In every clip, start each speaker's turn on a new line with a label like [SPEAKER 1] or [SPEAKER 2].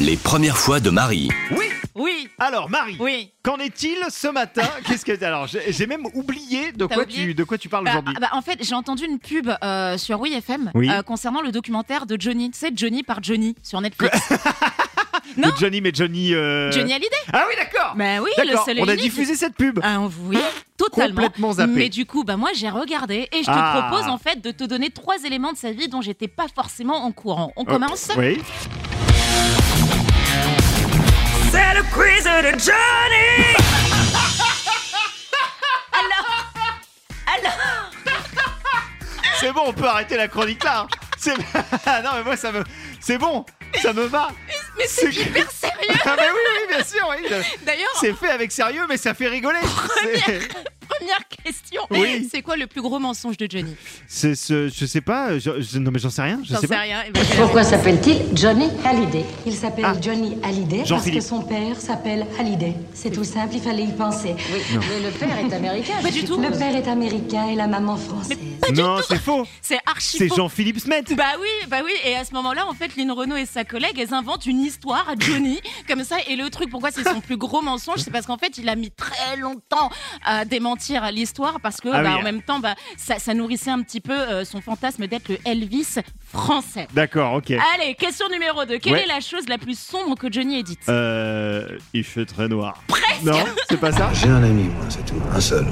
[SPEAKER 1] Les premières fois de Marie.
[SPEAKER 2] Oui
[SPEAKER 3] Oui,
[SPEAKER 2] Alors Marie,
[SPEAKER 3] oui.
[SPEAKER 2] qu'en est-il ce matin Qu'est-ce que alors j'ai j'ai même oublié de
[SPEAKER 3] T'as
[SPEAKER 2] quoi
[SPEAKER 3] oublié
[SPEAKER 2] tu de quoi tu parles
[SPEAKER 3] Bah,
[SPEAKER 2] aujourd'hui.
[SPEAKER 3] bah, en fait, j'ai entendu une pub euh, sur Oui FM
[SPEAKER 2] Oui.
[SPEAKER 3] euh, concernant le documentaire de Johnny. Tu sais, Johnny par Johnny sur Netflix. non.
[SPEAKER 2] De Johnny mais Johnny. euh,
[SPEAKER 3] bah, Johnny Hallyday
[SPEAKER 2] Ah oui d'accord.
[SPEAKER 3] Bah oui, le
[SPEAKER 2] D'accord.
[SPEAKER 3] seul et
[SPEAKER 2] On a
[SPEAKER 3] unique.
[SPEAKER 2] diffusé cette pub.
[SPEAKER 3] Ah oui, totalement.
[SPEAKER 2] Complètement zappé.
[SPEAKER 3] Mais du coup, bah moi j'ai regardé et je te
[SPEAKER 2] Ah.
[SPEAKER 3] propose en fait de te donner trois éléments de sa vie dont j'étais pas forcément en courant. On commence
[SPEAKER 2] Oh. Oui.
[SPEAKER 4] C'est le quiz de Johnny
[SPEAKER 3] Alors, alors,
[SPEAKER 2] C'est bon, on peut arrêter la chronique là. hein. C'est Ah non mais moi ça me c'est bon, ça me va.
[SPEAKER 3] mais c'est
[SPEAKER 2] C'est-
[SPEAKER 3] hyper sérieux.
[SPEAKER 2] Ah mais oui oui bien sûr oui. je-
[SPEAKER 3] D'ailleurs,
[SPEAKER 2] C'est fait avec sérieux mais ça fait rigoler. C'est-
[SPEAKER 3] première question.
[SPEAKER 2] Oui.
[SPEAKER 3] C'est quoi le plus gros mensonge de Johnny
[SPEAKER 2] C'est ce je sais pas je- je- non mais j'en sais rien je
[SPEAKER 3] J'en
[SPEAKER 2] sais
[SPEAKER 3] sais
[SPEAKER 2] pas.
[SPEAKER 3] rien. eh ben, j'ai-
[SPEAKER 5] Pourquoi s'appelle-t-il Johnny Hallyday Il s'appelle
[SPEAKER 2] Ah.
[SPEAKER 5] Johnny Hallyday parce
[SPEAKER 2] Jean-Philippe.
[SPEAKER 5] que son père s'appelle Hallyday. C'est tout simple, il fallait y penser.
[SPEAKER 6] Oui, mais le père est américain.
[SPEAKER 3] Pas du tout.
[SPEAKER 5] Le père est américain et la maman française.
[SPEAKER 2] Non c'est faux.
[SPEAKER 3] C'est archi
[SPEAKER 2] C'est
[SPEAKER 3] faux.
[SPEAKER 2] Jean-Philippe Smet.
[SPEAKER 3] Bah oui, bah oui, et à ce moment-là, en fait, Lynn Renault et sa collègue, elles inventent une histoire à Johnny, comme ça, et le truc, pourquoi c'est son plus gros mensonge, c'est parce qu'en fait, il a mis très longtemps à démentir à l'histoire, parce que,
[SPEAKER 2] Ah
[SPEAKER 3] bah,
[SPEAKER 2] oui.
[SPEAKER 3] en même temps, bah, ça, ça nourrissait un petit peu euh, son fantasme d'être le Elvis français.
[SPEAKER 2] D'accord ok.
[SPEAKER 3] Allez, question numéro 2. Quelle
[SPEAKER 2] Ouais.
[SPEAKER 3] est la chose la plus sombre que Johnny ait dite
[SPEAKER 2] Euh, il fait très noir. Non, c'est pas ça.
[SPEAKER 7] J'ai un ami, moi, c'est tout. Un seul.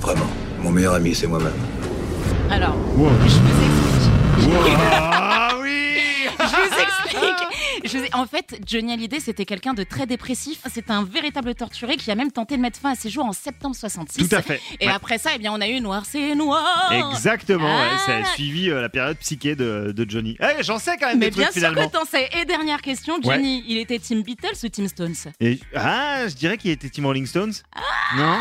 [SPEAKER 7] Vraiment. Mon meilleur ami, c'est moi-même.
[SPEAKER 3] Alors,
[SPEAKER 2] Wow.
[SPEAKER 3] je vous explique.
[SPEAKER 2] Ah oui.
[SPEAKER 3] Je vous explique. Je vous ai- En fait, Johnny Hallyday, c'était quelqu'un de très dépressif. C'est un véritable torturé qui a même tenté de mettre fin à ses jours en septembre 66.
[SPEAKER 2] Tout à fait.
[SPEAKER 3] Et
[SPEAKER 2] Ouais.
[SPEAKER 3] après ça, eh bien, on a eu Noir, c'est noir.
[SPEAKER 2] Exactement, ouais, ça a
[SPEAKER 3] Ah.
[SPEAKER 2] suivi euh, la période psyché de, de Johnny. Eh, j'en sais quand même
[SPEAKER 3] Mais
[SPEAKER 2] des trucs
[SPEAKER 3] bien sûr
[SPEAKER 2] finalement.
[SPEAKER 3] que t'en sais. Et dernière question, Johnny, il était Team Beatles ou Team Stones
[SPEAKER 2] Et- ah, je dirais qu'il était Team Rolling Stones.
[SPEAKER 3] Ah.
[SPEAKER 2] Non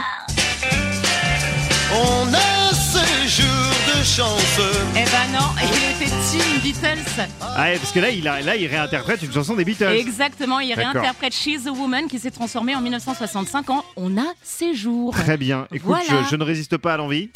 [SPEAKER 8] On a ces jours de chance.
[SPEAKER 3] Eh ben non, il était Team Beatles.
[SPEAKER 2] Ah, ouais, parce que là il, a- là, il réinterprète une chanson des Beatles.
[SPEAKER 3] Exactement, il
[SPEAKER 2] D'accord.
[SPEAKER 3] réinterprète She's a Woman qui s'est transformée en 1965 en On a ses jours.
[SPEAKER 2] Très bien. Écoute,
[SPEAKER 3] Voilà.
[SPEAKER 2] je, je ne résiste pas à l'envie.